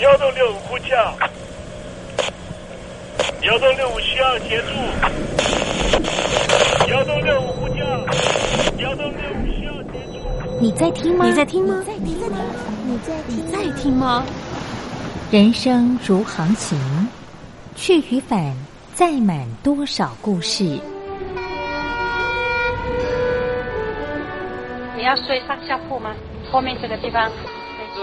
幺六六五呼叫，幺六六五需要协助，幺六六五呼叫，幺六六五需要协助。你在听吗？你在听吗你在听吗？你在听在听吗？人生如航行，去与返，载满多少故事？你要睡上下铺吗？后面这个地方。如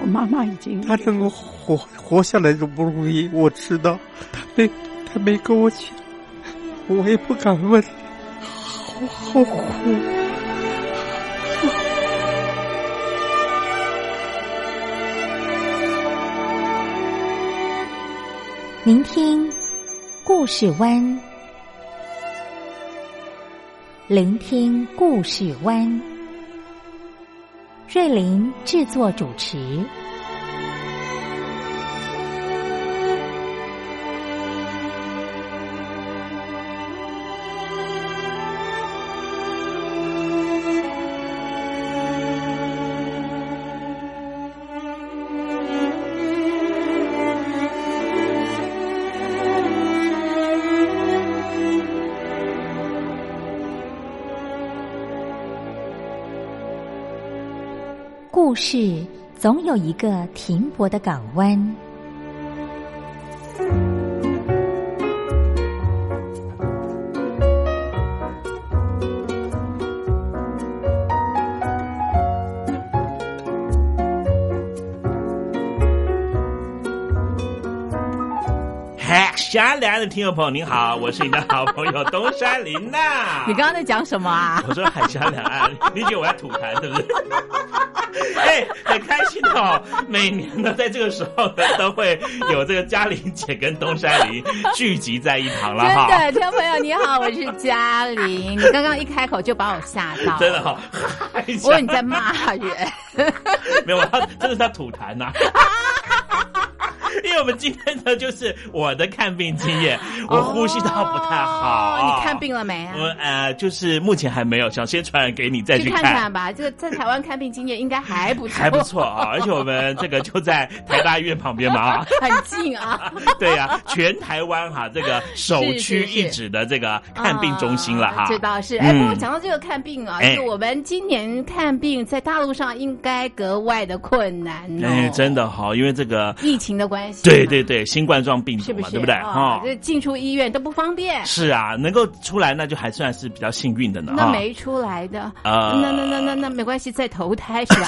我妈妈已经他能够活活下来容不容易？我知道，他没他没跟我讲，我也不敢问，好好苦。聆听故事湾，聆听故事湾。瑞林制作主持。故事总有一个停泊的港湾。嗨，山来的听众朋友您好，我是你的好朋友东山林呐。你刚刚在讲什么啊？我说海峡两岸，你以为我要吐痰对不 对？哎，很开心的哦！每年呢，在这个时候呢，都会有这个嘉玲姐跟东山林聚集在一堂了真哈。的，听众朋友你好，我是嘉玲。你刚刚一开口就把我吓 到，真的哈、哦，海峡我以为你在骂人。 没有，他真的是他吐痰呐、 因为我们今天呢，就是我的看病经验， 我呼吸道不太好。哦你看？病了没啊？我呃，就是目前还没有，想先传染给你再去去看看吧，这个在台湾看病经验应该还不错，还不错啊，而且我们这个就在台大医院旁边嘛啊， 很近啊。对呀、全台湾哈、这个首屈是是一指的这 个 看病中心了哈。啊这倒是。哎，不过嗯讲到这个看病啊，哎就我们今年看病在大陆上应该格外的困难哦，哎，真的哈、因为这个，疫情的关系，对对，对，新冠状病毒嗯是不嘛，是？对不对？啊哈、这进出医院都不方便，是啊，能够出来那就还算是比较幸运的呢。那哈没出来的，呃那那那那那没关系，再投胎 是吧？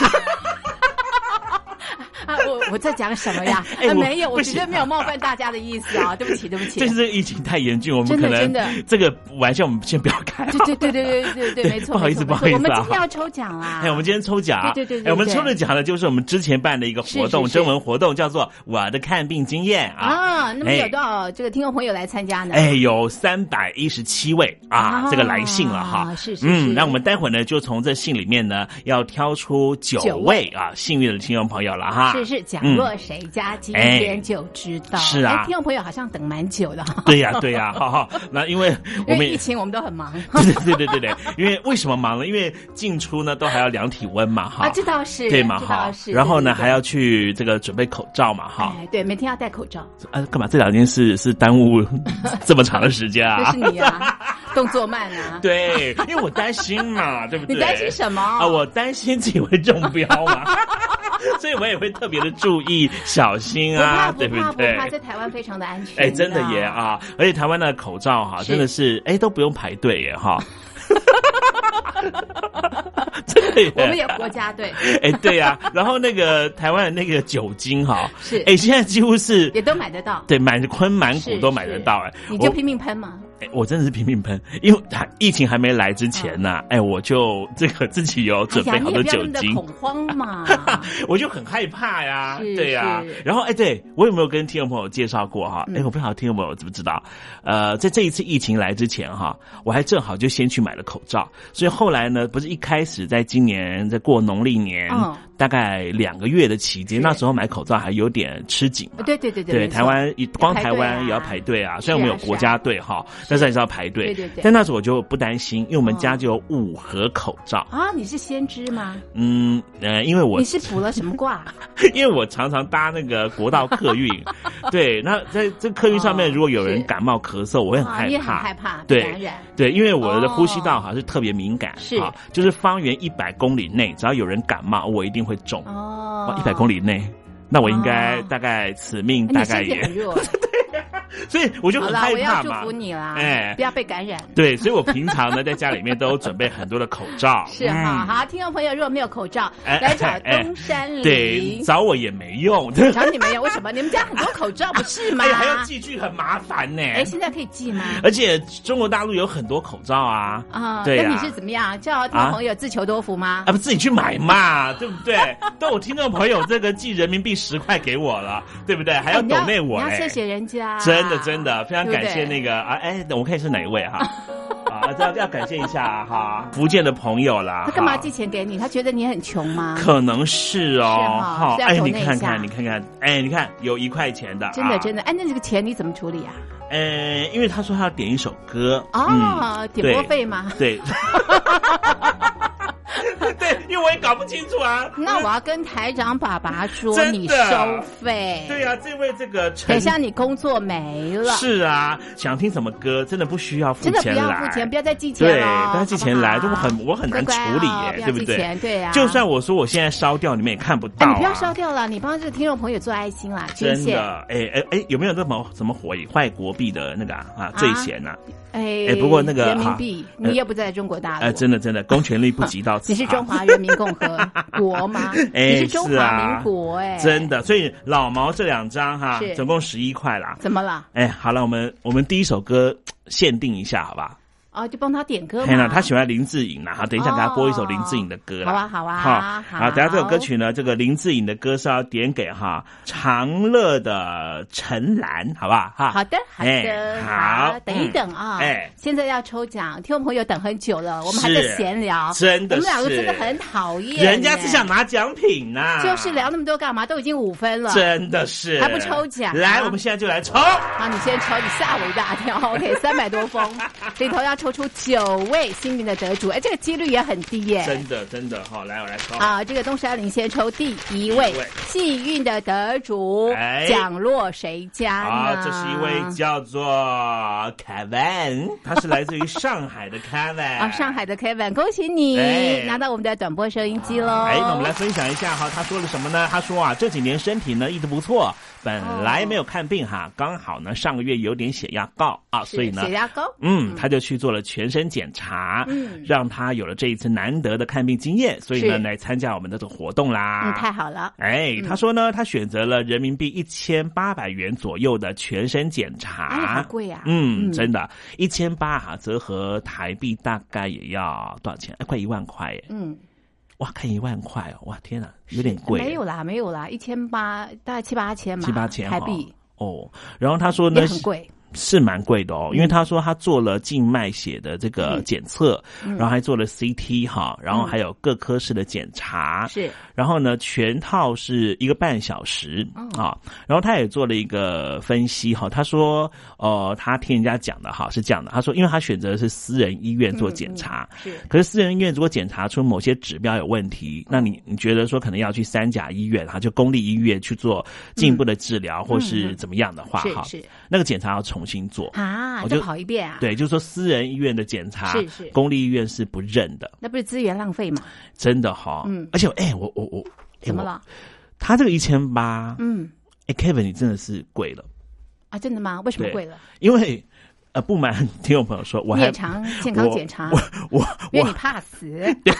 啊，我我在讲什么呀？哎哎啊我没有，我不绝行对没有冒犯大家的意思啊！对不起，对不 起这。是疫情太严峻，我们真的可能真的这个玩笑我们先不要开。对对对对对对对，没错，不好意思没不错好意思啊我们今天要抽奖啦！ 哎，我们今天抽奖啊，对对对对哎我们对抽的奖呢，就是我们之前办的一个活动，是是是征文活动，叫做“我的看病经验”啊。啊，那么有哎多少这个听众朋友来参加呢？哎，有三百一十七位啊，啊这个来信了哈。是是是嗯，那我们待会儿呢，就从这信里面呢，要挑出九九位啊，幸运的听众朋友了哈。是是，假嗯若谁家今天哎就知道。是啊哎听众朋友好像等蛮久的哈。对呀、对呀、哈哈。那 因为我们因为疫情我们都很忙 对对对对对，因为为什么忙呢？因为进出呢都还要量体温嘛，哈，啊，这倒是对嘛这哈倒是。然后呢对对对还要去这个准备口罩嘛，哈。哎，对，每天要戴口罩，啊，干嘛？这两件事是耽 误这么长的时间就啊是？你 啊，动作慢啊，对，因为我担心嘛，对不对？你担心什么啊？我担心自己会中标嘛， 所以我也会特别的注意、小心不怕啊，不对怕不对？怕，在台湾非常的安全。哎，真的耶！啊！而且台湾的口罩哈、是真的是哎都不用排队耶哈。 真的耶， 我们有国家队，哎对呀、然后那个台湾的那个酒精哈、是哎现在几乎是也都买得到，对满昆满谷是都买得到哎，你就我拼命喷嘛。哎，我真的是频频喷，因为还疫情还没来之前呐、哎，我就这个自己有准备嗯哎呀好你多也不要酒那么的精，恐 慌嘛。我就很害怕呀，是对呀是。嗯然后哎，对我有没有跟听众朋友介绍过哈？哎，我不晓得听众朋友知不知道？呃，在这一次疫情来之前哈，我还正好就先去买了口罩，所以后来呢，不是一开始在今年在过农历年嗯大概两个月的期间，那时候买口罩还有点吃紧嘛。对对对对，没错台湾一光排台队湾啊也要排队啊，虽然是我啊们有国家队哈，但是还是要排队。对对对嗯但那时候我就不担心，因为我们家就有五盒口罩。啊，你是先知吗？嗯呃，因为我你是卜了什么卦？因为我常常搭那个国道客 运，对，那在这客运上面，哦如果有人是感冒咳 嗽，我会很啊，害你也很怕害。怕被对感染。对，因为我的呼吸道好像是特别敏感，是啊，就是方圆一百公里内，只要有人感冒，我一定会中。哦哇，一百公里，里内，那我应该哦大概此命哎大你概身体也， 很弱。所以 我就好很啦，害我要怕祝嘛福。你啦，哎不要被感染。对，所以我平常呢，在家里面都准备很多的口罩，嗯是哈，好，听众朋友，如果没有口罩，哎来找哎哎东山对，林。找我也没用，找你们有为什么？你们家很多口罩不是 吗哎？呀，还要寄去很麻烦呢。哎，现在可以寄吗？而且中国大陆有很多口罩啊，啊，对那呀、你是怎么样？叫听众朋友自求多福吗啊，？不自己去买嘛，对不对？ 都有听众朋友这个寄人民币十块给我了，对不对？还哎要你抖内我、你要哎谢谢人家，真的真的，非常感谢那个。个啊，哎，我看是哪一位 哈、啊？啊，这要要感谢一下啊哈、福建的朋友啦。他干嘛哈寄钱给你？他觉得你很穷吗？可能是哦，是哈好是要哎，抖你内一看下看，你看看，哎，你看有一块钱的、真的真的，的，哎，那这个钱你怎么处理啊？呃，因为他说他要点一首歌，嗯哦，点播对费吗？ 对，对，因为我也搞不清楚啊。那我要跟台长爸爸说，真的你收费。对呀、这位这个陈等一下你工作没了，是啊，想听什么歌，真的不需要付真的不钱要来，付钱，不要再寄钱对，了，大家寄钱来，就好不我好很我很难处理耶，乖乖哦对不不要寄对？钱对啊，就算我说我现在烧掉，你们也看不哎，到、啊你不要烧掉了，你帮这个听众朋友做爱心啦，捐真献的，，哎哎哎，有没有那么什么火坏国币的那个啊啊罪嫌呐、啊？哎哎不过那个人民币，哈你也不在中国大呃，陆，真的真的，公权力不及到此、 你啊。是中华人民共和 国吗？哎你是中是华啊民国哎，真的，所以老毛这两张哈是，总共十一块啦。怎么了？哎，好了，我们我们第一首歌限定一下，好吧？啊，就帮他点歌嘿嘛啦，，他喜欢林志颖啦，好，等一下给他播一首林志颖的歌啦。好啊好啊好，好等一下这首歌曲呢，这个林志颖的歌是要点给哈长乐的陈岚，好不好？哈，好的，好的，哎好等一等啊！嗯哎现在要抽奖，听众朋友等很久了，我们还是在闲聊，真的我们两个是真的很讨厌，人家是想拿奖品呐、哎，就是聊那么多干嘛？都已经五分了，真的啊是还不抽奖啊来，我们现在就来抽。好，你先抽，你吓我一大跳。OK，三百多封， 里头要抽出九位幸运的得主，哎，这个几率也很低耶。真的，真的哈、来我来抽。啊，这个东山林先抽第一位第一位幸运的得主哎，奖落谁家好，呢？这是一位叫做 Kevin，他是来自于上海的 Kevin。啊，上海的 Kevin，恭喜你、哎拿到我们的短波收音机喽！哎，那我们来分享一下哈，他说了什么呢？他说啊，这几年身体呢一直不错，本来没有看病哈，刚好呢上个月有点血压高啊，是所以呢血。压高，嗯，他就去做了全身检查，嗯让他有了这一次难得的看病经验，所以呢是来参加我们的这个活动啦。嗯，太好了。哎，他说呢，他选择了人民币一千八百元左右的全身检查，哎好贵啊嗯，嗯真的，一千八哈，折合台币大概也要多少钱？哎，快一万块耶！嗯，哇，看一万块哦，哇，天哪，有点贵，没有啦，没有啦，一千八，大概七八千嘛，七八千台哦币哦。然后他说也呢，很贵。嗯是蛮贵的哦，因为他说他做了静脉血的这个检测，嗯然后还做了 CT 哈，然后还有各科室的检查，嗯是，然后呢，全套是一个半小时哦啊，然后他也做了一个分析哈，他说，呃，他听人家讲的哈是这样的，他说，因为他选择的是私人医院嗯做检查，是可是私人医院如果检查出某些指标有问题，嗯那你你觉得说可能要去三甲医院哈，就公立医院去做进一步的治疗、或是怎么样的话嗯是哈，是那个检查要重新做。啊，我再就跑一遍啊，，对，就是说私人医院的检查，是是公立医院是不认的，那不是资源浪费嘛？真的哈。嗯而且哎、我我我，哎怎么？我了？他这个一千八，嗯，哎，Kevin，你真的是贵了，啊，真的吗？为什么对贵了？因为呃不瞒听众朋友说，我还夜长健康检查 我，我我因为我你怕 死，对，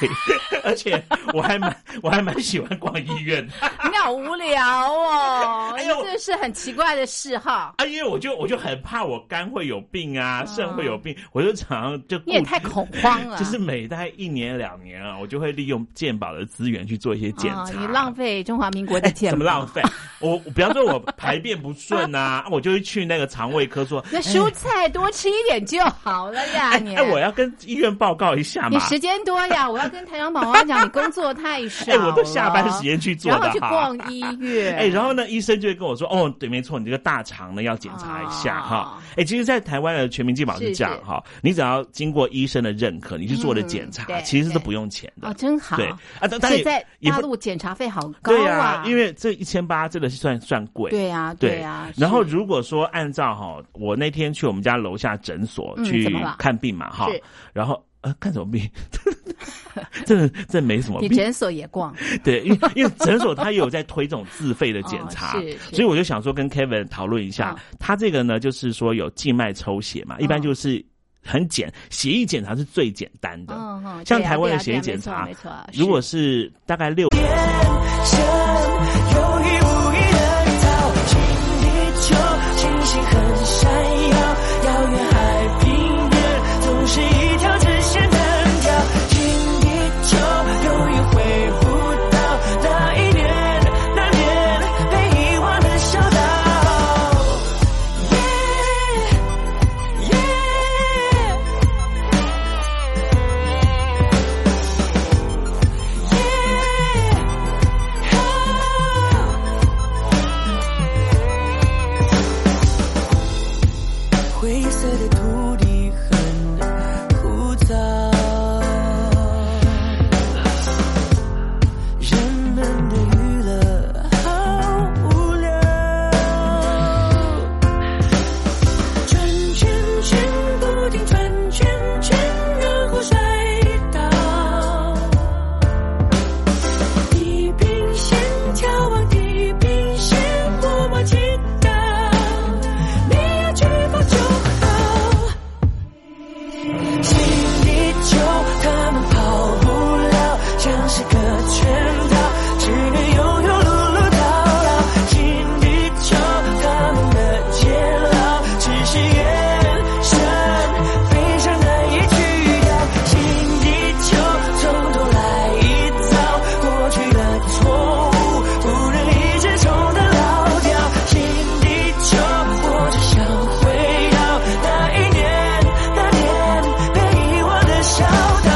而且我还蛮我还蛮喜欢逛医院的。你好无聊哦， 哎你呦这是很奇怪的嗜好。啊，因为我就我就很怕我肝会有病啊，肾会有病，我就常常就顾你也太恐慌了，哦啊就是每大概一年两年啊，我就会利用健保的资源去做一些检查。啊你浪费中华民国的 钱，怎么浪？费？我我比方说我排便不顺啊， 啊我就会去那个肠胃科说，那蔬菜多吃一点就好了呀， 哎你。哎，我要跟医院报告一下你嘛。时间多 呀，我要跟台长宝宝讲，你工作太少哎，了。我都下班时间去做然的后哈。去逛医 院，哎，然后呢，医生就会跟我说，哦，对，没错，你这个大肠呢要检查一下哈啊。哎，其实，在台湾的全民健保是是是这样哈，你只要经过医生的认可，你去做的嗯检查对其实是对不用钱的哦，。真好。对啊，但但所以也在也大不陆检查费好高对啊，因为这一千八真的是算算贵。对呀对呀。然后是如果说按照哈，我那天去我们家楼下诊所嗯去怎么了看病嘛哈是，然后呃看什么病？ 这这没什么你病，诊所也逛， 对，因为因为诊所它也有在推这种自费的检查哦是，是所以我就想说跟 Kevin 讨论一下嗯，他这个呢就是说有静脉抽血嘛，一般嗯就是很简，血液检查是最简单的嗯嗯，像对呀台湾对的呀血对液呀检没错查没错，是如果是大概六。真有意无意的遇到，请地球星星很闪耀，遥远海平面总是一条直线单调，请地球永远回不到那一年那年被遗忘的小岛。耶耶。灰色的土地很枯燥，人们的娱乐好无聊。转圈圈，不停转圈圈，然后摔倒。地平线，眺望地平线，默默祈祷。你要去吧就好。新地球，他们跑不了，像是个圈套，只能庸庸碌碌到老。新地球，他们的解牢，只是眼神非常难以去掉。新地球，从头来一遭，过去的错误不能一直冲淡老掉。新地球，我只想回到那一年，那年被遗忘的小岛。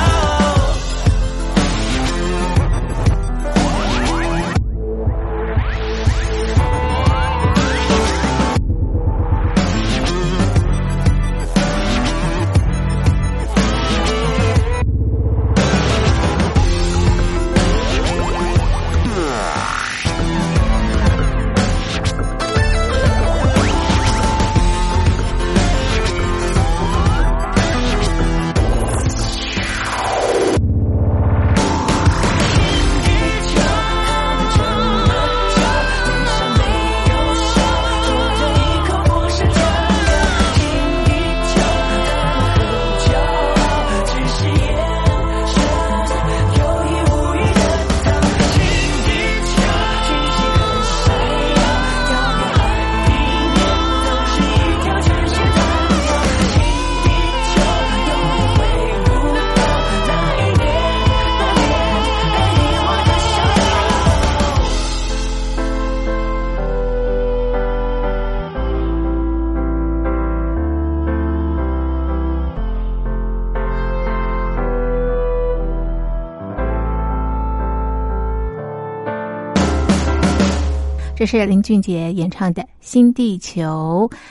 这是林俊杰演唱的《新地球》。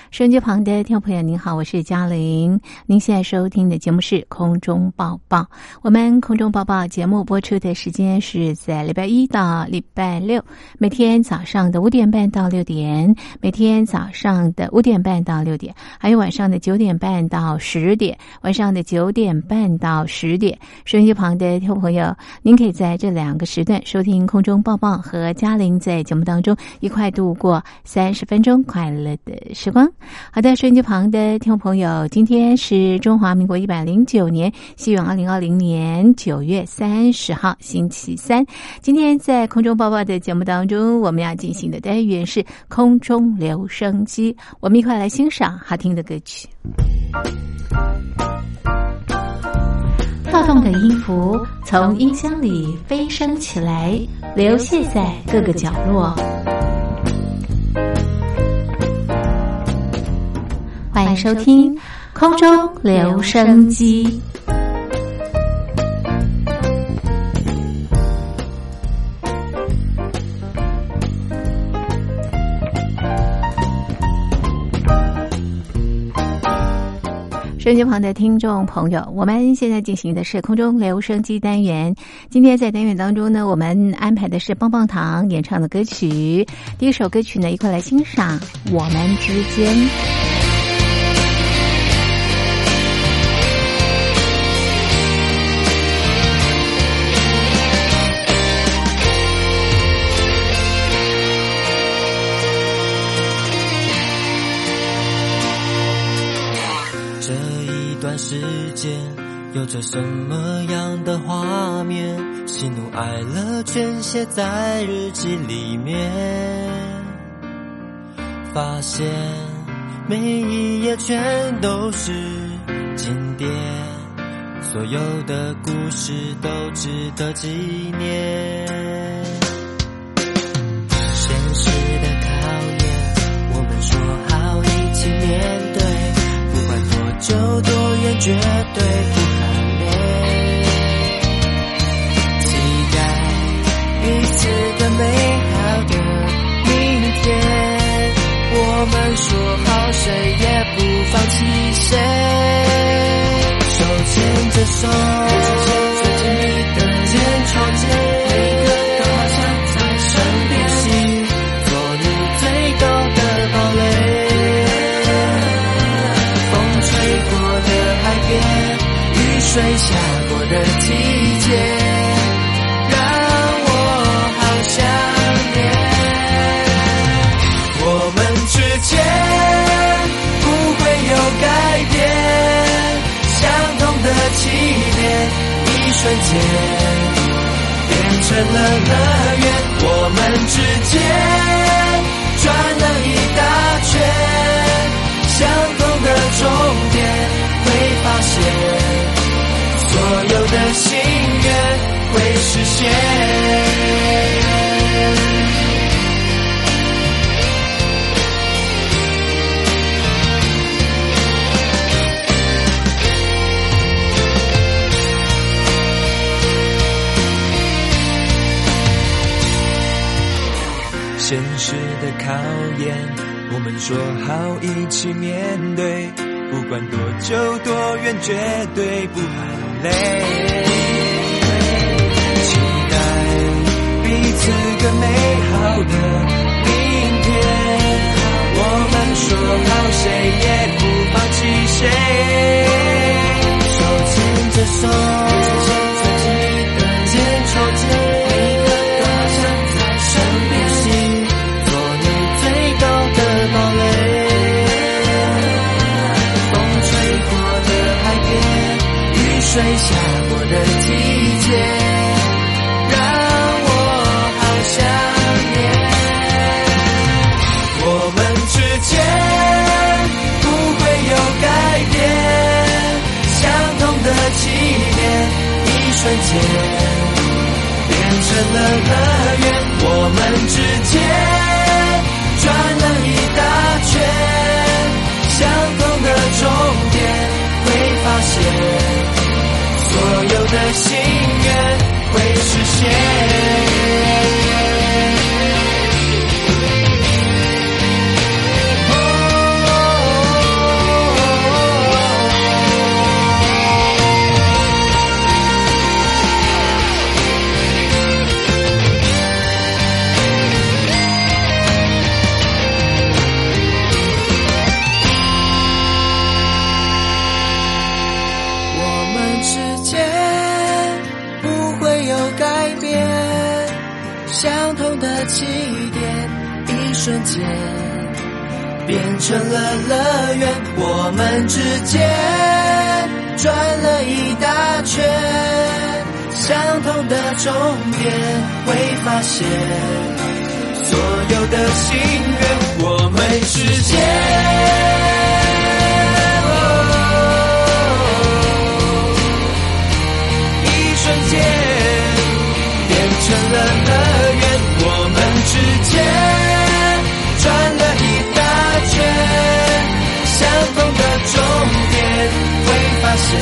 收音机旁的听众朋友，您好，我是嘉玲。您现在收听的节目是《空中抱抱》。我们《空中抱抱》节目播出的时间是在礼拜一到礼拜六，每天早上的五点半到六点，每天早上的五点半到六点，还有晚上的九点半到十点，晚上的九点半到十点。收音机旁的听众朋友，您可以在这两个时段收听《空中抱抱》和嘉玲在节目当中一块度过三十分钟快乐的时光。好的，收音机旁的听众朋友，今天是中华民国一百零九年西元二零二零年九月三十号，星期三。今天在空中报报的节目当中，我们要进行的单元是空中留声机，我们一块来欣赏好听的歌曲。跳动的音符从音箱里飞升起来，流泻在各个角落。欢迎收听空中留声机。收音机旁的听众朋友，我们现在进行的是空中留声机单元。今天在单元当中呢，我们安排的是棒棒糖演唱的歌曲。第一首歌曲呢，一块来欣赏《我们之间》。 这一段时间有着什么样的画面？喜怒哀乐全写在日记里面。发现每一页全都是经典，所有的故事都值得纪念。现实的考验，我们说好一起面对，不管多久多远，绝对不喊累。期待彼此的美好的明天，我们说好谁也不放弃谁，手牵着手，紧密的坚守着，每个都好像在身边，心做你最高的堡垒。风吹过的海边，雨水下过的季节，让我好想念。我们之间不会有改变，相同的起点，一瞬间变成了乐园。我们之间转了一大圈。相同的终点，会发现所有的心愿会实现。现实的考验，我们说好一起面对，不管多久多远，绝对不喊累。期待彼此更美好的明天，我们说好谁也不放弃谁，手牵着手，紧密的坚守着，每个都好像在身边，心做你最高的堡垒。风吹过的海边，雨水下过的季节，让我好想念。我们之间不会有改变，相同的起点，一瞬间。变成了乐园，我们之间转了一大圈，相同的终点会发现，所有的心愿会实现。我们之间不会有改变，相同的起点，一瞬间变成了乐园，我们之间转了一大圈，相同的终点会发现所有的心愿，我们之间。哦一瞬间变成了乐园，我们之间转了一大圈，相同的终点会发现，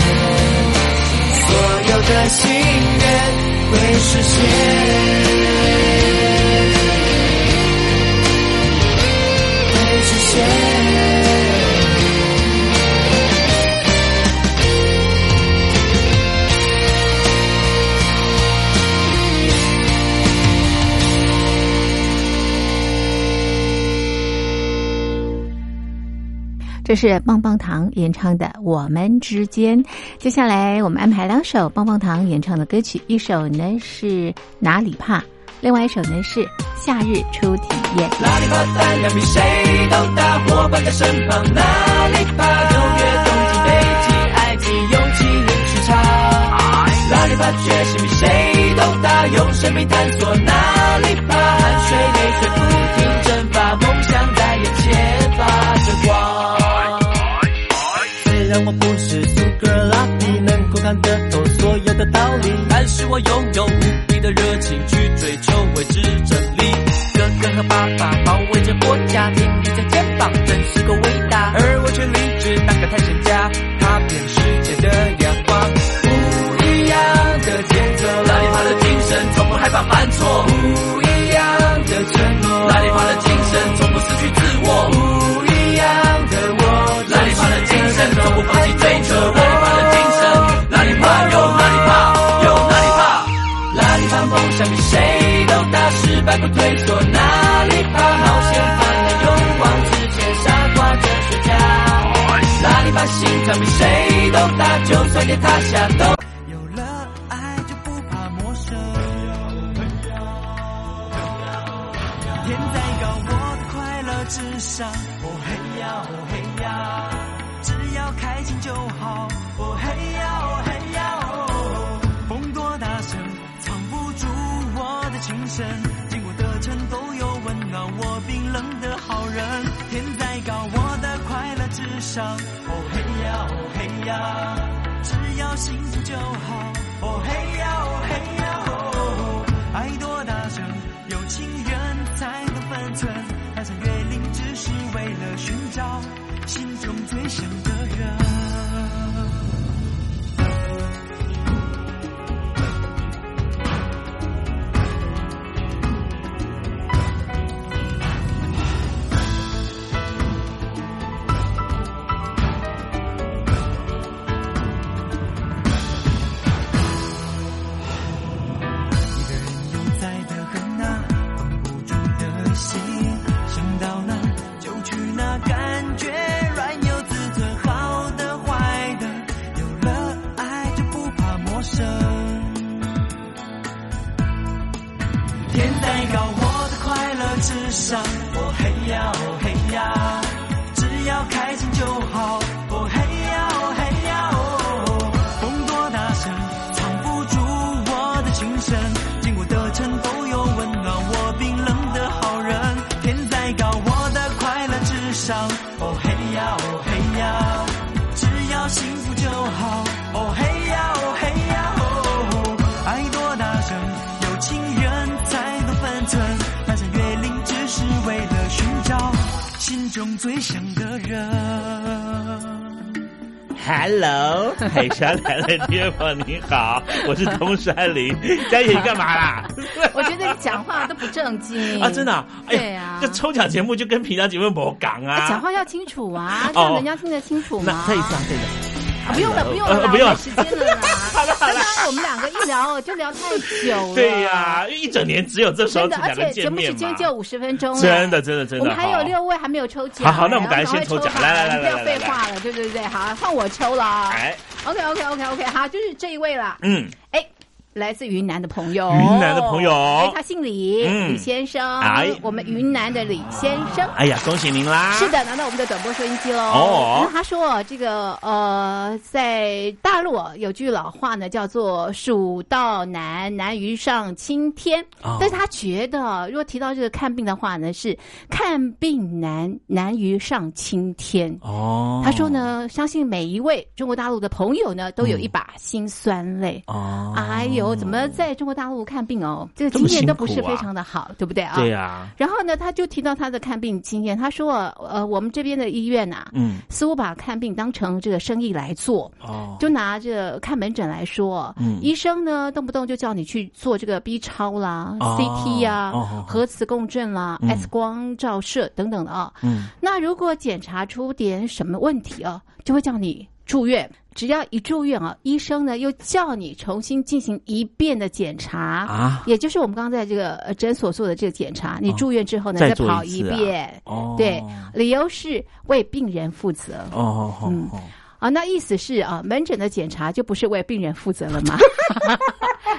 所有的心愿会实现，会实现。这是棒棒糖演唱的《我们之间》。接下来我们安排两首棒棒糖演唱的歌曲，一首呢是《哪里怕》，另外一首呢是《夏日初体验》。哪里怕胆量比谁都大，伙伴在身旁，哪里怕纽约、东京、北京、埃及、勇气、零时差，哪里怕决心比谁都大，用生命探索，哪里怕汗水、泪水不停蒸发，梦想在眼前发着光。虽然我不是苏格拉底，能够看得懂所有的道理，但是我拥有无比的热情去追求未知真理。哥哥和爸爸保卫着国家，挺立在肩膀，真是够伟大。而我却立志当个探险家，踏遍世界的阳光。不一样的节奏，哪里发的精神，从不害怕犯错。不一样的承诺，哪里发的精神，从不失去自我。不一样的我，哪里发的精神，从不放弃追求。哪里发的精神，哪里怕有，哪里怕有，哪里怕。哪里怕梦想比谁都大，失败不退缩，哪里怕冒险犯了勇往直前，傻瓜哲学家，哪里怕心脏比谁都大，就算跌塌下都。天再高，我的快乐至上。哦嘿呀，哦嘿呀，只要开心就好。哦嘿呀，哦嘿呀，哦。风多大声，藏不住我的情深。经过的城都有温暖我冰冷的好人。天再高，我的快乐至上。哦嘿呀，哦嘿呀，只要幸福就好。哦嘿呀，哦嘿呀，哦。爱多大声，有情人才能分寸。翻山越岭只是为了寻找心中最想的人。悠哉的很呐，绷不住的心，想到哪就去哪，感觉软有自尊，好的坏的，有了爱就不怕陌生。天再高，我的快乐至上，哦嘿呀哦嘿呀，只要开心就好，哦嘿呀哦嘿呀哦，风多大声，藏不住我的情深，经过的城都有温暖我冰冷的好人，天再高，我的快乐至上，哦嘿呀哦嘿呀，只要幸福就好，哦嘿呀哦嘿呀哦，爱多大声，有情人才能分寸，翻山越岭只是为了寻找心中最想的人。 Hello，海山来了，爹们你好，我是东山林。佳姐，你干嘛 啦？我觉得你讲话都不正经啊，真的、啊，哎呀对呀哎这抽奖节目就跟平常节目不讲啊。讲话要清楚啊，哦让人家听得清楚嘛。那可以这样，可以啊不用了，不用呃了，不用了没时 间了啦。刚刚我们两个一聊就聊太久了。这样对呀、因为一整年只有这时候真这的，两而个且节见目时面间嘛。只有五十分钟了，真的，真的，真的。我们还有好六位还没有抽奖。好好那我们赶赶快先抽抽奖好来来了来你不来要来废来话了，对对对，好，换我抽了啊。哎 OK OK OK OK，好，就是这一位了。嗯，哎，来自云南的朋友，云南的朋友哎，他姓李，嗯李先生，哎我们云南的李先生。哎呀，恭喜您啦！是，的，拿到我们的短波收音机喽。哦那他说哦这个呃，在大陆哦有句老话呢，叫做“蜀道难，难于上青天”哦但是他觉得哦，如果提到这个看病的话呢，是“看病难，难于上青天”。哦他说呢，相信每一位中国大陆的朋友呢，都有嗯一把辛酸泪。哦，哎呦，怎么在中国大陆看病哦？这个这么经验辛都不苦是啊非常的好，对不对啊？对呀，然后呢，他就提到他的看病经验，他说：“呃，我们这边的医院呐、嗯似乎把看病当成这个生意来做。哦，就拿着看门诊来说，嗯医生呢动不动就叫你去做这个 B 超啦、哦 CT 呀、哦哦哦核磁共振啦、嗯 X 光照射等等的啊。嗯那如果检查出点什么问题啊，就会叫你住院。只要一住院啊，医生呢又叫你重新进行一遍的检查啊也就是我们刚刚在这个呃诊所做的这个检哦查。你住院之后呢，再再做一次跑啊遍。哦对，理由是为病人负责。哦哦哦哦，啊，那意思是啊，门诊的检查就不是为病人负责了 吗？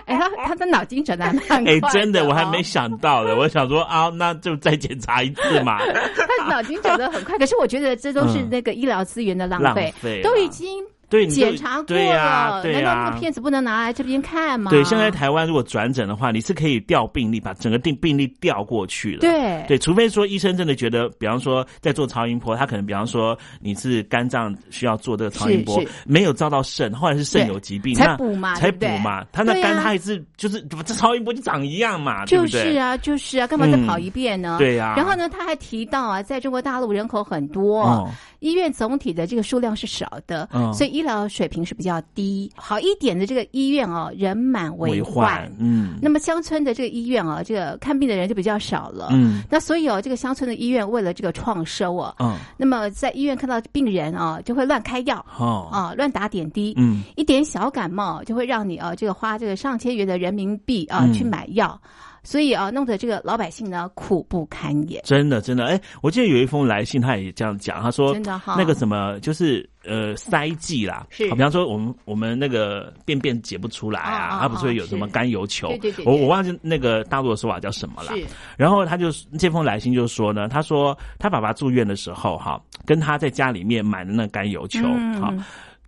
哎，他他的脑筋转的蛮快哎，真的的，哦我还没想到呢。我想说啊，那就再检查一次 嘛。他脑筋转的很快，可是我觉得这都是那个医疗资源的浪费，嗯浪费都已经对你都检查过对了，呀对难道呀那个片子不能拿来这边看吗？对，现在台湾如果转诊的话，你是可以调病历，把整个定病历调过去了。对对，除非说医生真的觉得，比方说在做超音波，他可能比方说你是肝脏需要做这个超音波是是，没有照到肾，或者是肾对有疾病，才那补嘛才对不补对嘛。他那对肝啊他也是就是这超音波就长一样嘛，对就不是对？啊，就是啊，干嘛再跑一遍嗯呢？对呀然后呢，他还提到啊，在中国大陆人口很多，哦医院总体的这个数量是少的，嗯所以医疗水平是比较低。好一点的这个医院哦，人满为患，嗯那么乡村的这个医院啊，这个看病的人就比较少了。嗯那所以哦，这个乡村的医院为了这个创收啊，嗯那么在医院看到病人啊，就会乱开药，哦啊，乱打点滴，嗯一点小感冒就会让你啊，这个花这个上千元的人民币啊、嗯去买药，所以啊，弄得这个老百姓呢苦不堪言。真的，真的，哎，我记得有一封来信，他也这样讲，他说真的哈那个什么，就是呃塞剂啦，哦是好比方说我们我们那个便便解不出来哦哦啊，他不是会有什么是甘油球对对对，对我我忘记那个大陆的说法叫什么了是。然后他就这封来信就说呢，他说他爸爸住院的时候哈，跟他在家里面买的那个甘油球嗯好。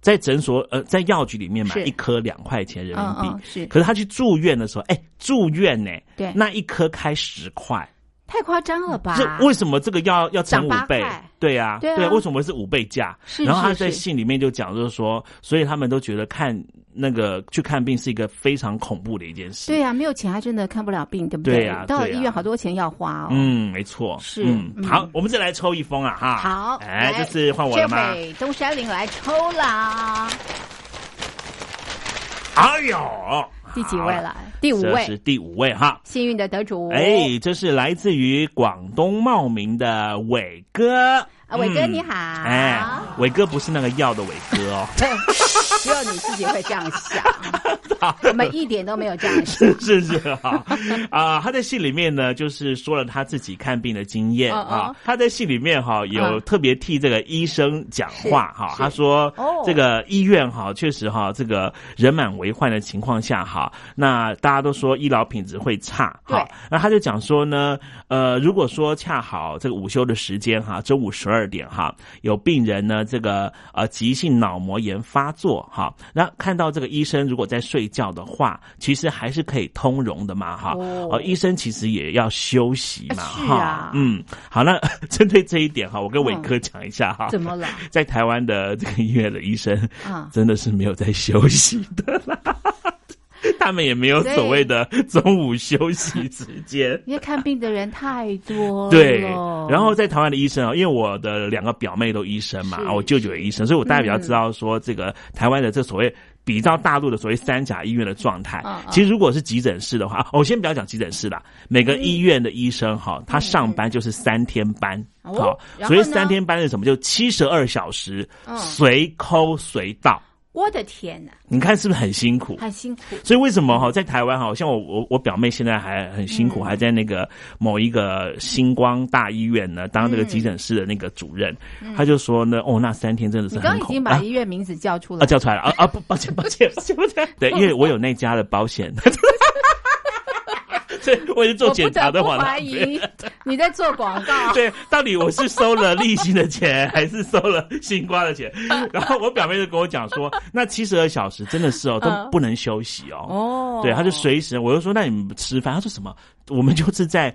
在诊所呃，在药局里面买是一颗两块钱人民币，嗯嗯是可是他去住院的时候，哎、住院呢、对那一颗开十块，太夸张了吧？这为什么这个要要乘涨五八倍块？对呀、对啊为什么是五倍价？是然后他是在是信里面就讲，就是说，所以他们都觉得看那个去看病是一个非常恐怖的一件事。对呀、啊没有钱还真的看不了病，对不对呀到对呀医院好多钱要花哦。嗯，没错，是嗯，嗯好，我们再来抽一封啊，哈，好，哎，来这次换我了吗这？回东山林来抽啦，哎呦，第几好位了？第五这位哦是，第五位哈。幸运的得主。哎，这是来自于广东茂名的伟哥，啊，伟哥嗯你好，哎， 伟哥不是那个药的伟哥哦， 只有你自己会这样 想，我们一点都没有这样想。是 是是啊啊、他在戏里面呢，就是说了他自己看病的经验嗯嗯啊。他在戏里面哈、有嗯特别替这个医生讲话哈、是是他说哦这个医院哈、确实哈、这个人满为患的情况下哈、那大家都说医疗品质会差哈、对那他就讲说呢，呃，如果说恰好这个午休的时间哈、中午十二点哈、有病人呢这个呃急性脑膜炎发作哈、那看到这个医生如果在睡觉的话，其实还是可以通融的嘛哈、哦呃，医生其实也要休息嘛是哈、啊嗯，好，那 针对这一点哈，我跟伟哥讲一下哈、啊怎么了？在台湾的这个医院的医生啊真的是没有在休息的啦。 他们也没有所谓的中午休息时间， 因为看病的人太多哦了，对，然后在台湾的医生啊，因为我的两个表妹都医生嘛，是啊，我舅舅也医生，所以我大概比较嗯知道说这个台湾的这所谓。比照大陆的所谓三甲医院的状态嗯，嗯其实如果是急诊室的话，啊我先不要讲急诊室啦，每个医院的医生哈，他上班就是三天班，哦好，然所后以呢三天班是什么？就七十二小时嗯随抠随到，我的天哪，你看是不是很辛苦？很辛苦。所以为什么哈，在台湾哈，像我我我表妹现在还很辛苦，嗯还在那个某一个星光大医院呢，当那个嗯急诊室的那个主任，嗯她就说呢，哦，那三天真的是你很刚刚已恐经啊把医院名字叫出来啊，叫出来了啊啊！不，抱 歉，抱歉，抱歉，抱歉。对，因为我有那家的保险， 所以我就做检查的我话不得不怀疑 你在做广 告。对，到底我是收了利息的钱，还是收了新瓜的钱？然后我表妹就跟我讲 说，那七十二小时真的是哦，都嗯不能休息哦。哦对，他就随时，我就说那你们不吃饭，他说什么？我们就是在。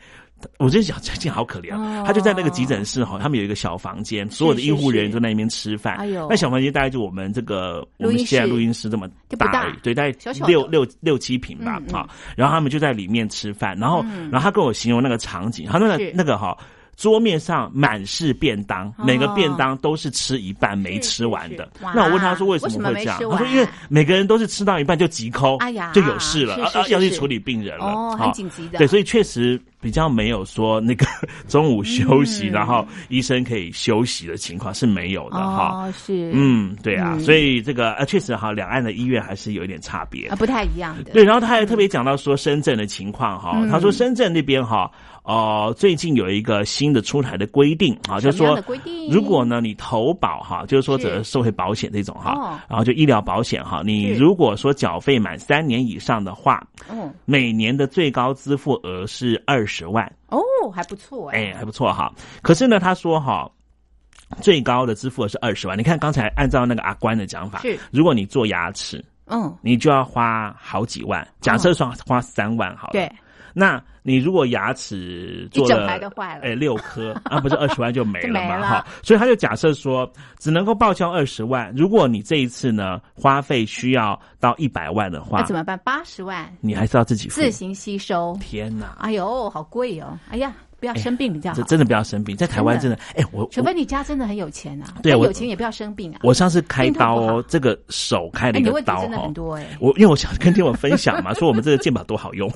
我真想，最近好可怜啊！哦他就在那个急诊室哈，他们有一个小房间，所有的医护人员都在那边吃饭。哎呦那小房间大概就我们这个我录们音现在室录音室这么就不大大而已，对，大概小小的六六六七平吧嗯嗯啊。然后他们就在里面吃饭，然后嗯然后他跟我形容那个场景，他那个是那个哈。桌面上满是便当，每个哦便当都是吃一半没吃完的。哇那我问他说为为什什么么没会这样吃？他说完因为每个人都是吃到一半就急抠，哎呀就有事了，是啊是啊是要去是处理病人了，哦很好紧急的啊对，所以确实比较没有说那个中午休息，嗯然后医生可以休息的情况是没有的哈。哦，是，嗯，对啊，嗯所以这个呃，确实哈，两岸的医院还是有一点差别啊，。不太一样的。对，然后他还特别讲到说深圳的情况哈，嗯他说深圳那边哈，呃，最近有一个新的出台的规定啊，就是什么样说的规定，如果呢你投保哈，就是说嗯是这个社会保险这种哦哈，然后就医疗保险哈，你是如果说缴费满三年以上的话，嗯，每年的最高支付额是二十万，哦，还不错哎，哎，还不错哈。可是呢，他说哈。最高的支付额是二十万，你看刚才按照那个阿关的讲法是，如果你做牙齿，嗯，你就要花好几万。假设说花三万好了，对，那你如果牙齿做一整排都坏了哎，六 颗，那、不是二十万就没了就没嘛？了哈，所以他就假设说，只能够报销二十万。如果你这一次呢，花费需要到一百万的那话怎，么办？八十万你还是要自己付。自行吸收，天哪，哎呦，好贵哦！哎呀，不要生病比较好这，真的不要生病，在台湾真真的的，哎，我除非你家真的很有钱啊，对但我有钱也不要生病啊。我上次开刀病痛不好哦，这个手开了哎，一你个问题刀真的哦很，多哎，我因为我想跟听我分享嘛，说我们这个健保多好用。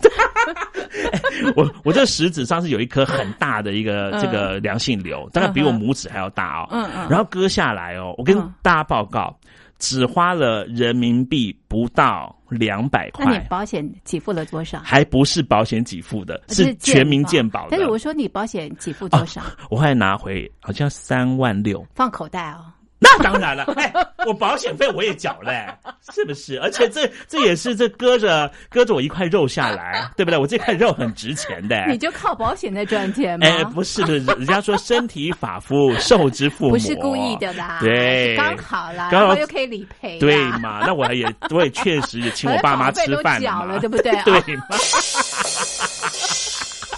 哎我我这食指上是有一颗很大的一个嗯这个良性瘤，大概比我拇指还要大哦。嗯嗯然后割下来哦，我跟嗯大家报告，只花了人民币不到两百那你块，保呃险给付了多少？还不是保险给付的，这是全民健保的哦但是。我说你保险给付多少？我后来拿回好像三万六，放口袋哦。那 当然了，哎，我保险费我也缴 了、哎是不是？而且这这也是这割着割着我一块肉下来，对不对？我这块肉很值钱的、哎 你就靠保险在赚钱吗？哎，不是的，人家说身体发肤受之父母，不是故意的啦，对，是刚好啦，刚然好后又可以理赔啦，对嘛？那我也我也确实 也请我爸妈吃饭反正保费都嘛缴了，对不对啊 对 嘛？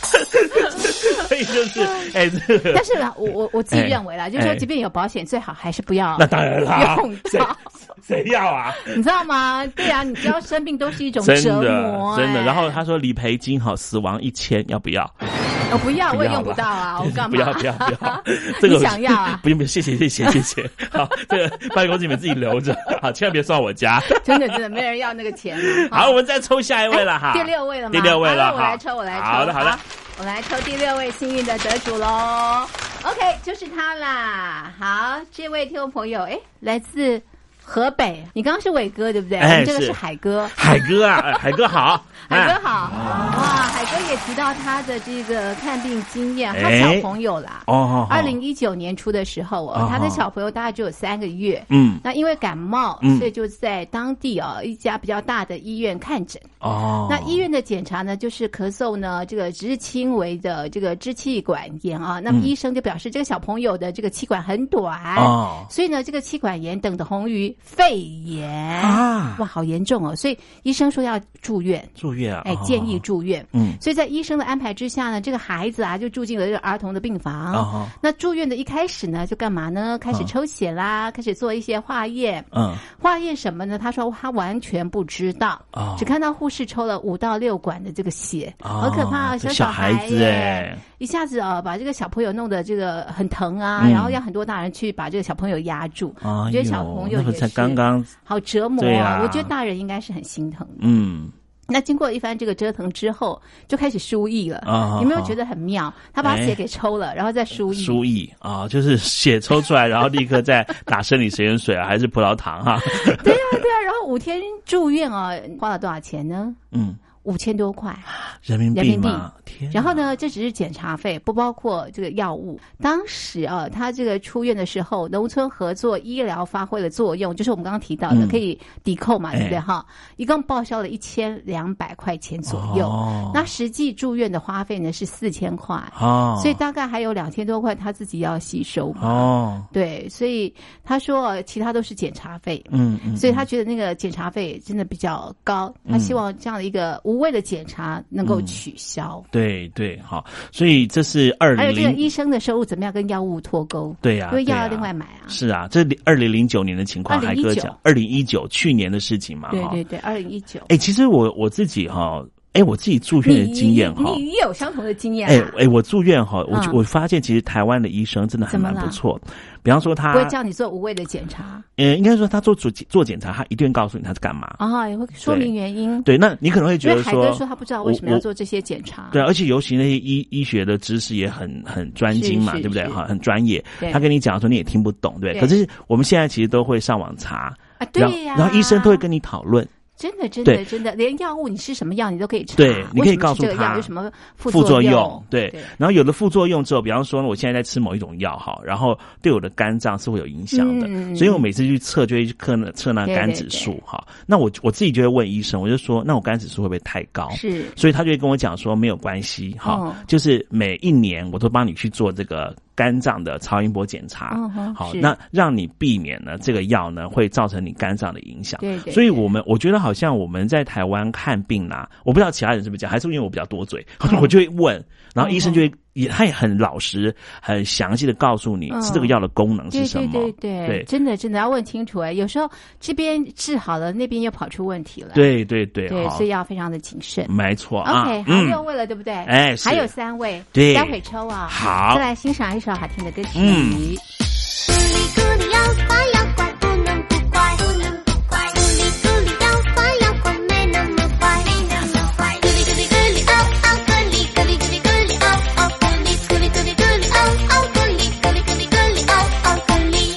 所以就是，哎，这个 但是啦我我我自己哎认为啦，就是说，哎即便有保险，最好还是不要那当然啦用，谁到，谁要啊？你知道吗？对啊，你知道生病都是一种真折的磨，真的。哎然后他说理赔金哈，死亡一千，要不要？我哦不要，我也不要用不吧到啊，我干嘛？ 不要不要不 要，这个你想要 啊不用不用，谢谢谢谢谢谢。 好，这个办公室你们自己留着， 好，千万别算我 家。真的真的没人要那个钱 啊。好，我们再抽下一哎位了哈，哎第六位了吗？第六位好了那我哈来抽，我来抽。好的好的，我来抽第六位幸运的得主喽。OK，就是他啦。好，这位听众朋友，哎，来自河北，你刚刚是伟哥对不对？哎我们这个是是海哥。海哥啊，哎海哥好， 海哎哥好，哇！海哥也提到他的这个看病经验，他哎小朋友啦，哦，二零一九年初的时候哦哦，他的小朋友大概只有三个月，嗯那因为感冒，嗯所以就在当地哦一家比较大的医院看诊。哦，那医院的检查呢，就是咳嗽呢，这个只是轻微的这个支气管炎啊。那么嗯医生就表示，这个小朋友的这个气管很短，哦所以呢，这个气管炎等同于肺炎啊哇，好严重哦！所以医生说要住院，住院啊，哎，哦建议，住院。嗯所以在医生的安排之下呢，这个孩子啊就住进了这个儿童的病房。哦那住院的一开始呢，就干嘛呢？开始嗯抽血啦，开始做一些化验。嗯，化验什么呢？他说他完全不知道，哦只看到护士抽了五到六管的这个血，哦好可怕、哦，这小小孩孩子耶哎一下子哦，把这个小朋友弄得这个很疼啊，嗯然后要很多大人去把这个小朋友压住。哎我觉得小朋呦友那不也才是刚刚，好折磨、对啊我觉得大人应该是很心疼的。嗯，那经过一番这个折腾之后，就开始输液了。啊有没有觉得很妙？他把血给抽了，然后再输液。输液啊，就是血抽出来，然后立刻再打生理食盐水啊，还是葡萄糖 哈、对啊， 对啊。然后五天住院啊，花了多少钱呢？嗯，五千多块。人民人币民币嗯嘛，天，然后呢，这只是检查费，不包括这个药物。当时啊，他这个出院的时候，农村合作医疗发挥了作用，就是我们刚刚提到的，嗯可以抵扣嘛，哎对不对哈？一共报销了一千两百块钱左右。哦那实际住院的花费呢是四千块，哦所以大概还有两千多块他自己要吸收嘛。哦，对，所以他说呃其他都是检查费，嗯嗯所以他觉得那个检查费真的比较高，他嗯希望这样的一个无谓的检查能够取消。对对，好，所以这是二还有零这个医零，生的收入怎么样跟药物脱钩？对呀因为对药呀要另外买啊。是啊，这二零零九年的情况，海哥2019讲二零一九去年的事情嘛，对哈对对，二零一九。哎，其实我我自己哈，哎，我自己住院的经验哈，你你有相同的经验哎啊？哎，我住院哈，我、嗯我发现其实台湾的医生真的还怎么蛮不了错，比方说他不会叫你做无谓的检查呃，应该说他做做做检查，他一定会告诉你他是干嘛。啊，也会说明原因。对，那你可能会因觉为得海哥说，说他不知道为什么我要做这些检查。对，啊而且尤其那些医医学的知识也很很专精嘛，是是对不对？是哈，很专业对。他跟你讲的时候你也听不懂，对不对？对可是我们现在其实都会上网查，啊，然后对呀。然后医生都会跟你讨论。真的真的对真的，连药物你吃什么药你都可以查。对你为可以什么告诉是这个药他有什么副作用，对对，然后有了副作用之后，比方说呢，我现在在吃某一种药哈，然后对我的肝脏是会有影响的，嗯所以我每次去测就会去测那测那对肝对指对数哈。那我我自己就会问医生，我就说，那我肝指数会不会太高？是所以他就会跟我讲说没有关系哈，哦就是每一年我都帮你去做这个肝脏的超音波检查，嗯哼好，是那让你避免呢这个药呢会造成你肝脏的影响。对对所以我们我觉得好像我们在台湾看病啦、我不知道其他人是不是这样，还是因为我比较多嘴， 嗯我就会问，然后医生就会。也他也很老实、很详细的告诉你嗯吃这个药的功能对是什对么，对对，真的真的要问清楚哎，有时候这边治好了，那边又跑出问题了。对对对对，好所以，要非常的谨慎。没错啊 OK，，还有六 嗯，位了，对不对？哎是还有三位，对待会抽啊。好再来欣赏一首好听的歌曲。嗯咕哩要乖要乖，不能不乖，不能不乖。咕哩咕哩要乖要乖，没那么乖，没那么乖。咕哩咕哩咕哩哦哦，咕哩咕哩咕哩咕哩哦哦，咕哩咕哩咕哩咕哩哦哦，咕哩咕哩咕哩咕哩哦哦，咕哩。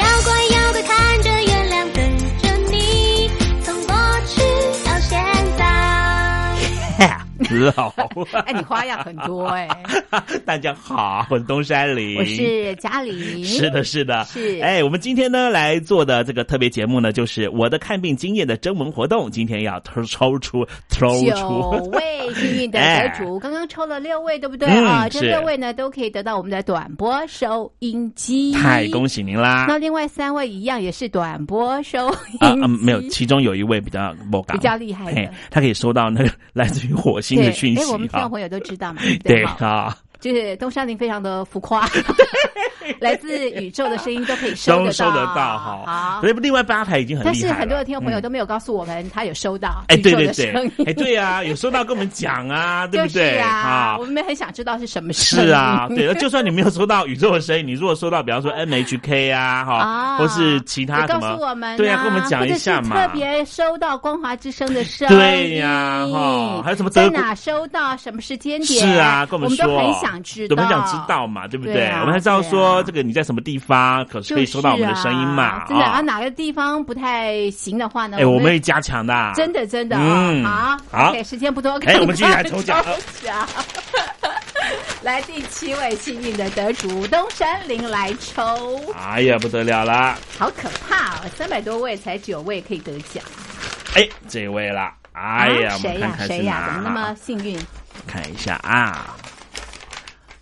要乖要乖，看着月亮，跟着你，从过去到现在。好， 哎，你花样很多 哎。大家好，我是东山林，我是嘉玲。是的，。是的，是哎，我们今天呢来做的这个特别节目呢，就是我的看病经验的征文活动。今天要抽抽出抽九出位幸运的得 主，刚刚抽了六位，对不对嗯啊？这是六位呢都可以得到我们的短波收音 机。太恭喜您啦！那另外三位一样也是短波收啊音嗯，没有，机其中有一位比较不敢比较厉害的嘿他可以收到那个来自于火星对，的讯哎，我们息听众啊朋。友都知道嘛，对哈啊，就是东山林非常的浮 夸，来自宇宙的声音都可以收都得收得到好哈。所以另外八台已经很厉害但了。是很多的听众朋友嗯都没有告诉我们他有收到哎，宇对宙对的声对，哎音，对啊，有收到跟我们讲啊，对 就不是对啊啊，我？们很想知道是什么声音。是 啊，对，就算你没有收到宇宙的声音，你如果收到，比方说 N H K 啊，哈，啊，或是其他也什告么诉我们，对啊，跟我们讲一下或者是嘛特。别收到光华之声的声音，对呀哈还有什么德在国哪收到，什么时间点？是啊，跟我们说，都很想知道，我们想知道嘛，对不对啊我们才知道对说啊这个你在什么地方，可就是可以收到我们的声音嘛啊。真的啊啊，哪个地方不太行的话呢？哎，我们会加强的啊。真的真的嗯啊，好 o k 时间不多，哎我们继续来抽奖赶快抽奖 来第七位幸运的得主东山林来抽，哎呀，不得了啦！好可怕哦，三百多位才九位可以得奖，哎，这位啦，哎呀，啊我们谁看呀看谁是呀，哪？啊哦怎么那么幸运？看一下啊，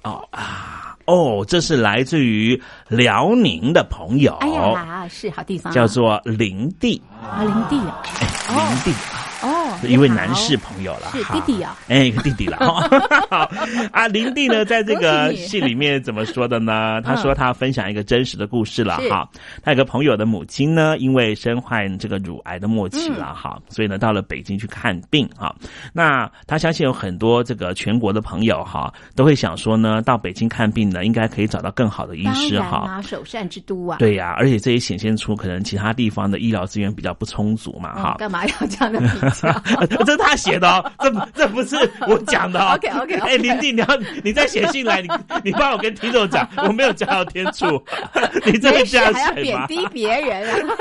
哦啊，哦，这是来自于辽宁的朋哎友，哎呀，是好地方啊，叫做林地，哎啊林地啊，林地，哦一位男士朋友了，是哈弟弟啊哎，一个弟弟了。哈好啊，林弟 呢，在这个恭喜你嗯信里面怎么说的呢？他说他分享一个真实的故事了是哈。他有个朋友的母亲呢，因为身患这个乳癌的末期了嗯哈，所以呢到了北京去看病哈。那他相信有很多这个全国的朋友哈，都会想说呢，到北京看病呢，应该可以找到更好的医当师然哈。啦，首善之都啊，对呀、而且这也显现出可能其他地方的医疗资源比较不充足嘛，嗯哈、干嘛要这样的比较？ 这是他写的哦，这不这不是我讲的哦。 OK，OK，OK 哎，林弟，你要你再写信来，你你帮我跟听众讲，我没有加到天 助，你真的没 这事样还要写吗贬？低别人 啊？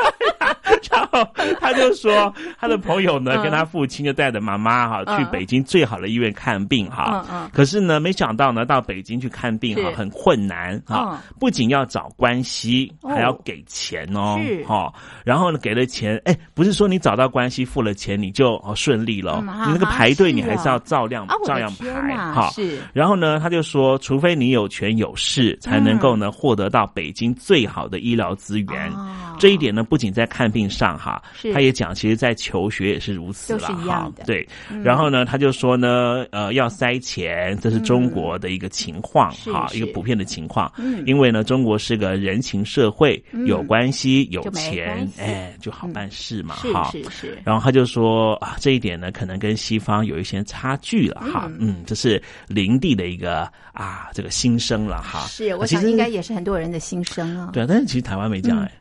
然后他就说，他的朋友呢，嗯跟他父亲就带着妈妈哈去嗯北京最好的医院看病哈嗯。嗯可是呢，没想到呢，到北京去看病哈是很困难哈，嗯不仅要找关系，哦还要给钱哦是，哈。然后呢，给了钱，哎，不是说你找到关系付了钱你就哦顺利了哦，嗯哈你那个哈排队是你还哦是要照亮啊我的照样天排哪哈。是然后呢，他就说，除非你有权有势，才能够嗯呢获得到北京最好的医疗资源哦。这一点呢，不仅在看病上哈是，他也讲，其实在求学也是如此都啦是一样哈的。对嗯，然后呢，他就说呢，呃，要塞钱，这是中国的一个情况是哈，是一个普遍的情况嗯。因为呢，中国是个人情社会，嗯有关系有就没关钱系，嗯哎，就好办事嘛是哈。是是，然后他就说啊，这一点呢，可能跟西方有一些差距了哈嗯。嗯，这是林地的一个啊，这个心声了哈。呃是我其想实应该也是很多人的心声啊，对啊，但是其实台湾没这样嗯哎，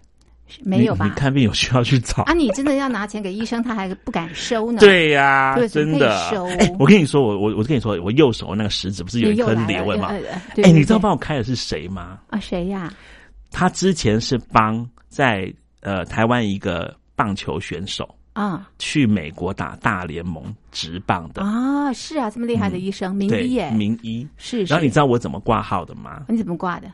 没有你吧你？看病有需要去找啊，你真的要拿钱给医生，他还不敢收呢。 对呀、对所以真可以的收。哎我跟你说，我我我跟你说，我右手那个食指不是有一你又颗来了裂纹吗？呃呃哎、对对你知道对帮我开的是谁吗？啊，谁呀？他之前是帮在呃台湾一个棒球选手啊去美国打大联盟职棒的，啊，是啊，这么厉害的医生，名医耶嗯对，，名医是然后你是知道我怎么挂号的吗？你怎么挂的？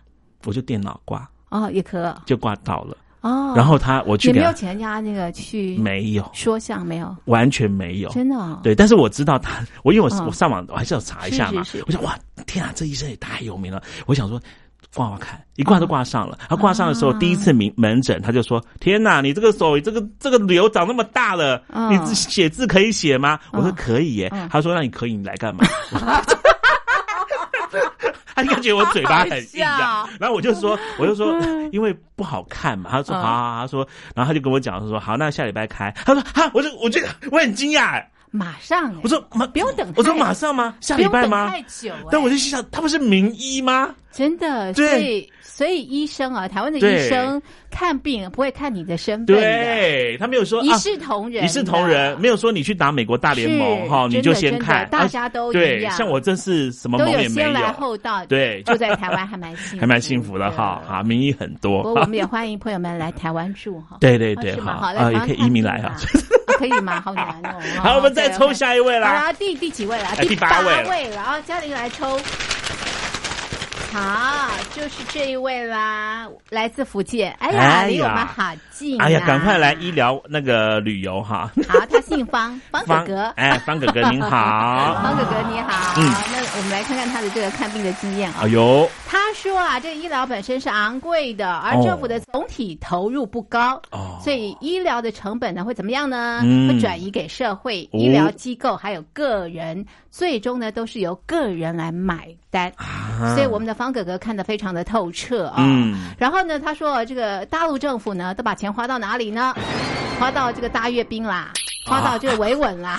我就电脑挂，哦，也可就挂到了。哦。然后他我去也给没有他请人家那个去没有，说相没有，完全没有，真的哦对，但是我知道他，我因为我、嗯我上网我还是要查一下嘛，是是是我想哇，天啊，这医生也太有名了，我想说。挂挂看，一挂都挂上啊了。他挂上的时候，第一次门门诊，他就说：“天哪，你这个手，这个这个瘤长那么大了，嗯你字写字可以写吗？”我说：“可以耶。嗯他说：“那你可以，你来干 嘛？”他应该觉得我嘴巴很硬好啊笑。嗯然后我就说，我就说，因为不好看嘛。他说：“好好好。”他说，然后他就跟我讲说：“好，那下礼拜开。”他说：“哈，我就我觉得我很惊讶。”马上哎我说马不用等太，我说马上吗？下礼拜吗不用等太？久哎但我就心想，他不是名医吗？真的，所对以所以医生啊，台湾的医对生看病不会看你的身份的，对他没有说一啊视同仁的，一视同仁，没有说你去打美国大联盟是哈，你真的就先看真，的大啊家都一对样。像我这是什么都盟也有没先来有，后到，对住在台湾还蛮幸福，还蛮幸福的哈。啊，名医很不多。过。我们也欢迎朋友们来台湾住哈对对对啊是吗好好，啊来台湾也可以移民看来啊病嘛啊可以吗？好 难哦。好，我们再抽 OK，OK 下一位好啦。啦，第第几位了？哎第八八位了位了。啊，嘉玲来抽。好，就是这一位啦，来自福建。哎呀，哎呀离我们好近、啊哎呀，赶快！来医疗那个旅游哈。好，他 姓方，方哥哥。哎，方哥哥您好 方。哥哥你好。嗯那我们来看看他的这个看病的经验啊。哎呦，他说啊，这医疗本身是昂贵的，而哦政府的总体投入不高，哦所以医疗的成本呢会怎么样呢？嗯会转移给社会、哦医疗机构还有个人，最终呢都是由个人来买单。啊所以我们的方哥哥看得非常的透彻啊、嗯然后呢，他说这个大陆政府呢都把钱花到哪里呢？ 花到这个大阅兵啦，啊花到这个维稳 啦，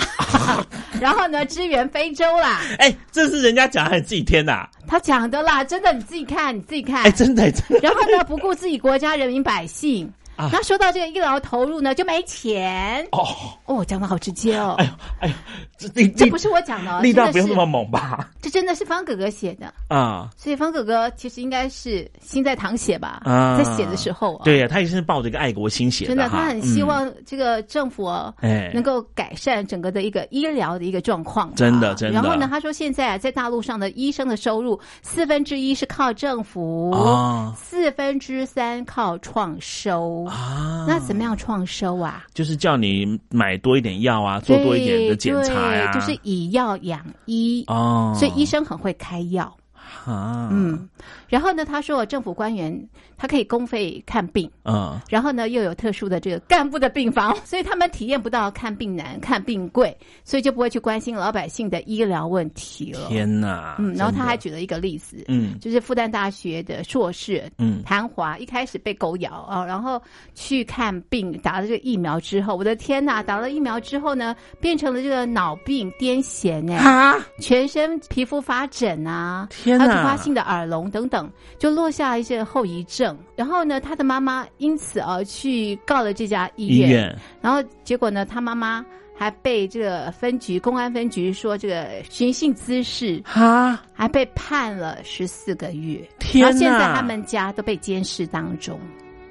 然后呢支援非洲啦。哎，这是人家讲还是自己添的啊？他讲的啦，真的你自己看，你自己看。哎，真的真的。然后呢，不顾自己国家人民百姓。啊那说到这个医疗投入呢，就没钱哦。哦，讲的好直接哦，哎呦，哎呦，这力这不是我讲的哦，力道真的不用是那么猛吧？这真的是方哥哥写的，啊所以方哥哥其实应该是心在淌血吧，啊，在写的时候、哦，对呀，他也是抱着一个爱国心写真的，哈他很希嗯望这个政府哦哎能够改善整个的一个医疗的一个状况吧。啊真的真的然后呢，他说现在啊，在大陆上的医生的收入四分之一是靠政府，哦四分之三靠创收。啊，那怎么样创收啊？就是叫你买多一点药啊，做多一点的检查呀，对对就是以药养医，哦，所以医生很会开药。啊，嗯，然后呢，他说政府官员他可以公费看病，嗯，然后呢又有特殊的这个干部的病房， 所以他们体验不到看病难、看病贵，所以就不会去关心老百姓的医疗问题了。天哪！嗯，然后啊真他的还举了一个例子，嗯就是复旦大学的硕士，嗯谭华一开始被狗咬啊、然后去看病，打了这个疫苗之后，我的天呐，打了疫苗之后呢，变成了这个脑病癫痫哎、啊，全身皮肤发疹啊，天还哪有突发性的耳聋等等，就落下一些后遗症。然后呢，他的妈妈因此而、去告了这家医院，医院然后结果呢，他妈妈。还被这个分局公安分局说这个寻衅滋事，哈，还被判了十四个月。天然后现在哪哎他们家都被监视当中，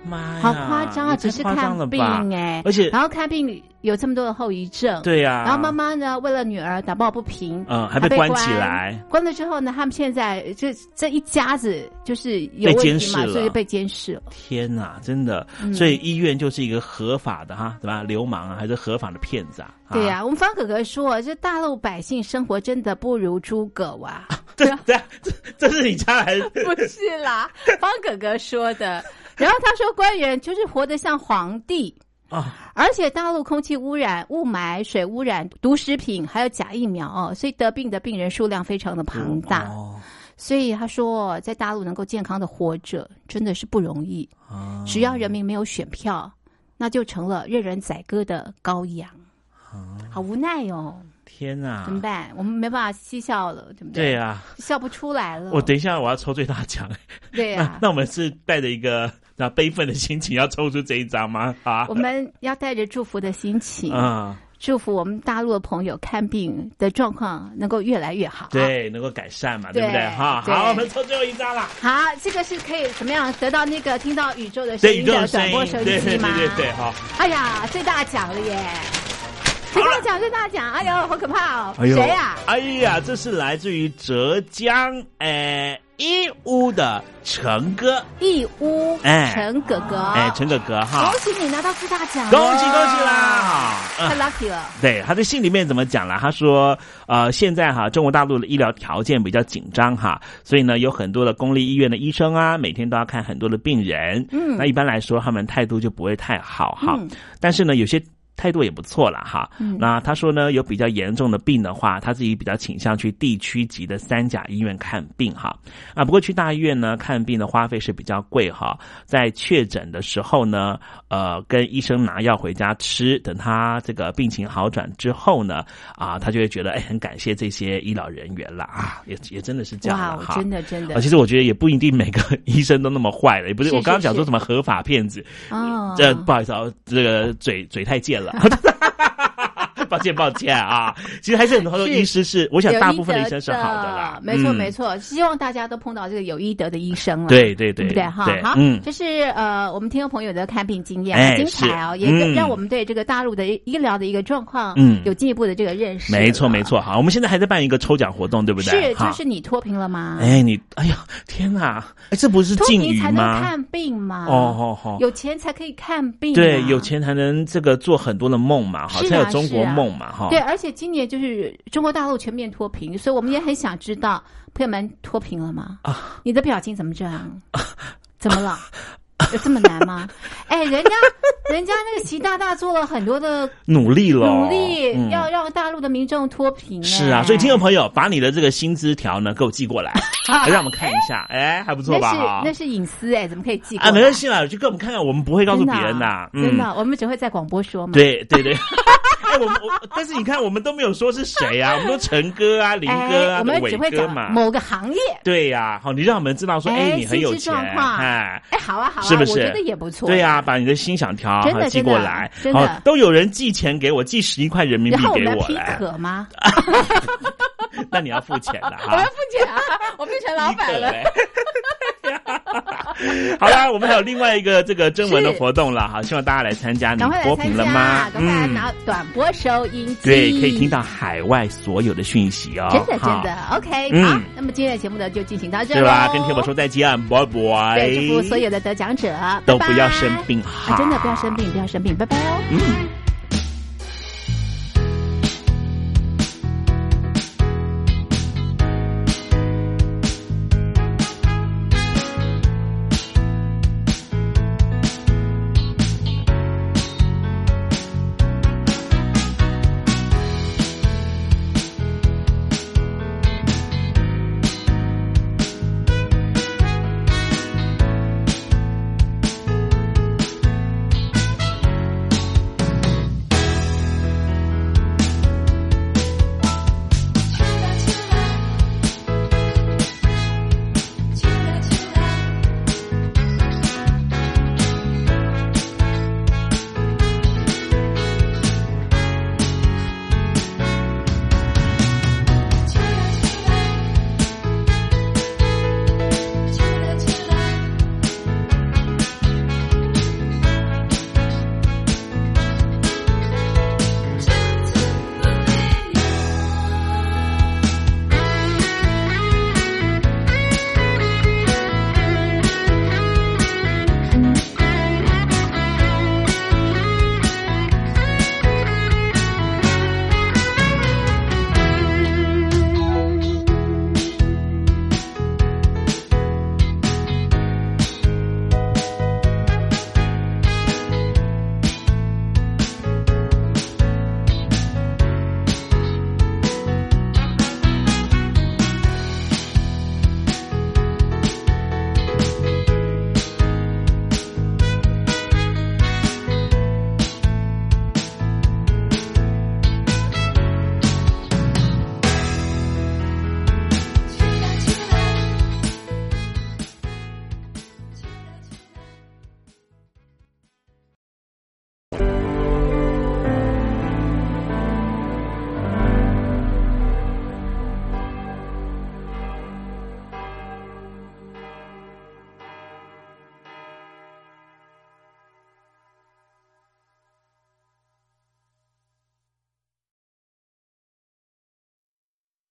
妈呀好夸张啊！也只太是夸张了看病吧哎、而且然后看病有这么多的后遗症，对呀然后妈妈呢，为了女儿打抱不平，嗯还被被关起来关了之后呢，他们现在这这一家子就是有被问监题视嘛，了所以被监视了。天哪，真的，嗯所以医院就是一个合法的哈，怎么样流氓啊，还是合法的骗子啊？对呀、我们方可可说，这大陆百姓生活真的不如猪狗 啊！这是你家来不是 啦，方哥哥说的。然后他说，官员就是活得像皇帝啊，而且大陆空气污染、雾霾、水污染、毒食品还有假疫苗哦，所以得病的病人数量非常的 哦庞大。所以他说，在大陆能够健康的活着真的是不容易。啊只要人民没有选票，那就成了任人宰割的羔羊。啊好无奈哦，天哪怎，么办？我们没办法嬉笑了，对不啊对？啊对呀、笑不出来了。我等一下我要抽最大奖， 对啊呀、那那我们是带着一个那悲愤的心情要抽出这一张吗？啊，我们要带着祝福的心情，啊，祝福我们大陆的朋友看病的状况能够越来越好。对，能够改善嘛，对不对对？哈，对好，我们抽最后一张啦。好，这个是可以怎么样得到那个听到宇宙的声对宇音宙的的声转音，播收对音对机对吗？对对，好。哎呀，最大奖了耶！最大奖，最大奖！哎呦，好可怕哦！谁呀、哎呀，这是来自于浙江哎义乌的陈哥，义乌哎陈哥哥，哎，陈哥哥哈恭，喜你拿到最大奖了！恭喜恭喜啦！嗯太 lucky 了。对，他在信里面怎么讲啦？他说，呃，现在哈，中国大陆的医疗条件比较紧张哈，所以呢，有很多的公立医院的医生啊，每天都要看很多的病人。嗯那一般来说，他们态度就不会太好哈。嗯但是呢，有些。态度也不错啦，哈。嗯那他说呢，有比较严重的病的话，他自己比较倾向去地区级的三甲医院看病哈。啊，不过去大医院呢看病的花费是比较贵哈。在确诊的时候呢，呃，跟医生拿药回家吃，等他这个病情好转之后呢，啊，他就会觉得哎，很感谢这些医疗人员啦啊，也也真的是这样啦哇哈。真的真的啊其实我觉得也不一定每个医生都那么 坏了，也不是是我刚刚讲是说什么合法骗子，哦，这不好意思啊，这个嘴嘴太贱了。 抱歉，抱歉啊！其实还是很多医师是，我想大部分的医生是好的啦，有医德的没错嗯没错。希望大家都碰到这个有医德的医生了，对对对对不对哈对？好嗯，这是呃我们听众朋友的看病经验，哎很精彩哦，是也嗯让我们对这个大陆的医疗的一个状况，嗯有进一步的这个认识。没错，没错。好，我们现在还在办一个抽奖活动，对不对？是，就哈是你脱贫了吗？哎，你，哎呀，天哪！哎，这不是脱禁贫语才能吗？看啊病嘛？哦哦哦有钱才可以看病啊。对，有钱才能这个做很多的梦嘛，哈，是才啊有中国是啊梦嘛，哈。对，而且今年就是中国大陆全面脱贫，所以我们也很想知道朋友们脱贫了吗？啊，你的表情怎么 这样？怎么了？有这么难吗？哎，人家 人家那个习大大做了很多的努力了，努力，嗯要让大陆的民众脱贫、是啊，所以听众朋友，把你的这个薪资条呢给我寄过 来啊，让我们看一下，哎，还不错吧？哈那是那是隐私哎、怎么可以记过来？啊，没关系啦，就给我们看看，我们不会告诉别人的啊的，，真的嗯啊，我们只会在广播说嘛。对对对。 哎，我们我，但是你看，我们都没有说是谁啊，我们都陈哥啊、林哥哎，啊、我们伟只会哥讲嘛，某个行业。对呀、好，你让我们知道说，哎，你很有薪资钱，状况，哎哎。，好啊，好啊，是不是？我觉得也不错，对呀、把你的心想条真的哈寄真的过来，真的好，都有人寄钱给我，寄十一块人民币然后我给们我批来，啊可吗？ 那你要付钱 的我要哈付。钱啊！我变成老板 了。哎好啦，我们还有另外一个这个征文的活动了哈，希望大家来参加。你赶快来脱参贫加了啊吗，？嗯赶快来拿短波收音机，对，可以听到海外所有的讯息哦。真的真哈的。OK，哦嗯好，那么今天的节目呢就进行到这对吧？跟喽。铁宝说再见，拜拜。对，祝福所有的得奖者都不要拜拜生病啊哈，真的不要生病，不要生病，拜拜哦。嗯。